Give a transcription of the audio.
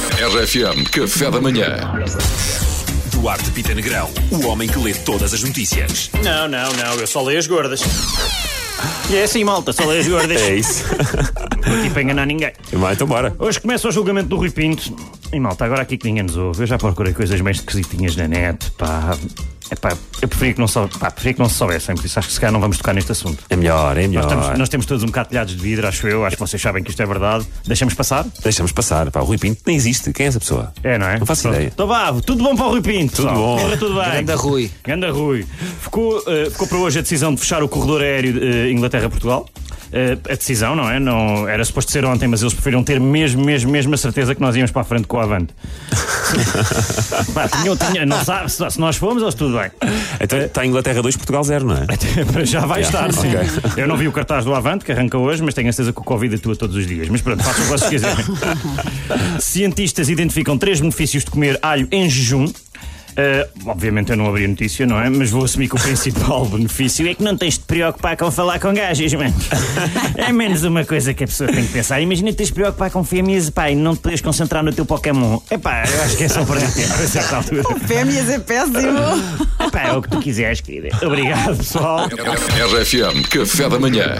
RFM Café da Manhã. Duarte Pita Negrão, o homem que lê todas as notícias. Não, não, não, eu só leio as gordas. E é assim, malta, só leio as gordas. É isso. Não vou aqui para enganar ninguém. Vai, então bora. Hoje começa o julgamento do Rui Pinto. E malta, agora aqui que ninguém nos ouve. Eu já procurei coisas mais esquisitinhas na net, pá. Epá, eu preferia que não, sou, pá, preferia que não se soubessem, por isso acho que se calhar não vamos tocar neste assunto. É melhor, é melhor. Nós, estamos- nós temos todos um bocado telhados de vidro, acho eu, acho que vocês sabem que isto é verdade. Deixamos passar? Deixamos passar. Pá, o Rui Pinto nem existe. Quem é essa pessoa? É, não é? Não faço Pronto. ideia. Então vá, tudo bom para o Rui Pinto. Tudo bom. Corre tudo bem. Ganda Rui. Ganda Rui. Ficou, eh, ficou para hoje a decisão de fechar o corredor aéreo eh, Inglaterra-Portugal. Eh, a decisão, não é? Não, era suposto ser ontem, mas eles preferiram ter mesmo, mesmo, mesmo a certeza que nós íamos para a frente com o Avante. Pá, tinham- tinham- não sabe, se, se nós fomos, eles tudo bem. É- Então está a Inglaterra 2, Portugal 0, Então, não é? Para já vai Yeah, estar, sim. ok. Eu não vi o cartaz do Avante, que arranca hoje, mas tenho a certeza que o Covid atua todos os dias. Mas pronto, façam o que vocês quiserem. Cientistas identificam três benefícios de comer alho em jejum. Eh, obviamente eu não abri a notícia, não é? Mas vou assumir que o principal benefício é que não tens de te preocupar com falar com gajas, mano. É menos uma coisa que a pessoa tem que pensar. Imagina que tens de te preocupar com fêmeas pá, e não te podes concentrar no teu Pokémon. Epá, eu acho que é só para a certa altura. Fêmeas é péssimo. Epá, é o que tu quiseres, querida. Obrigado, pessoal. RFM Café da Manhã.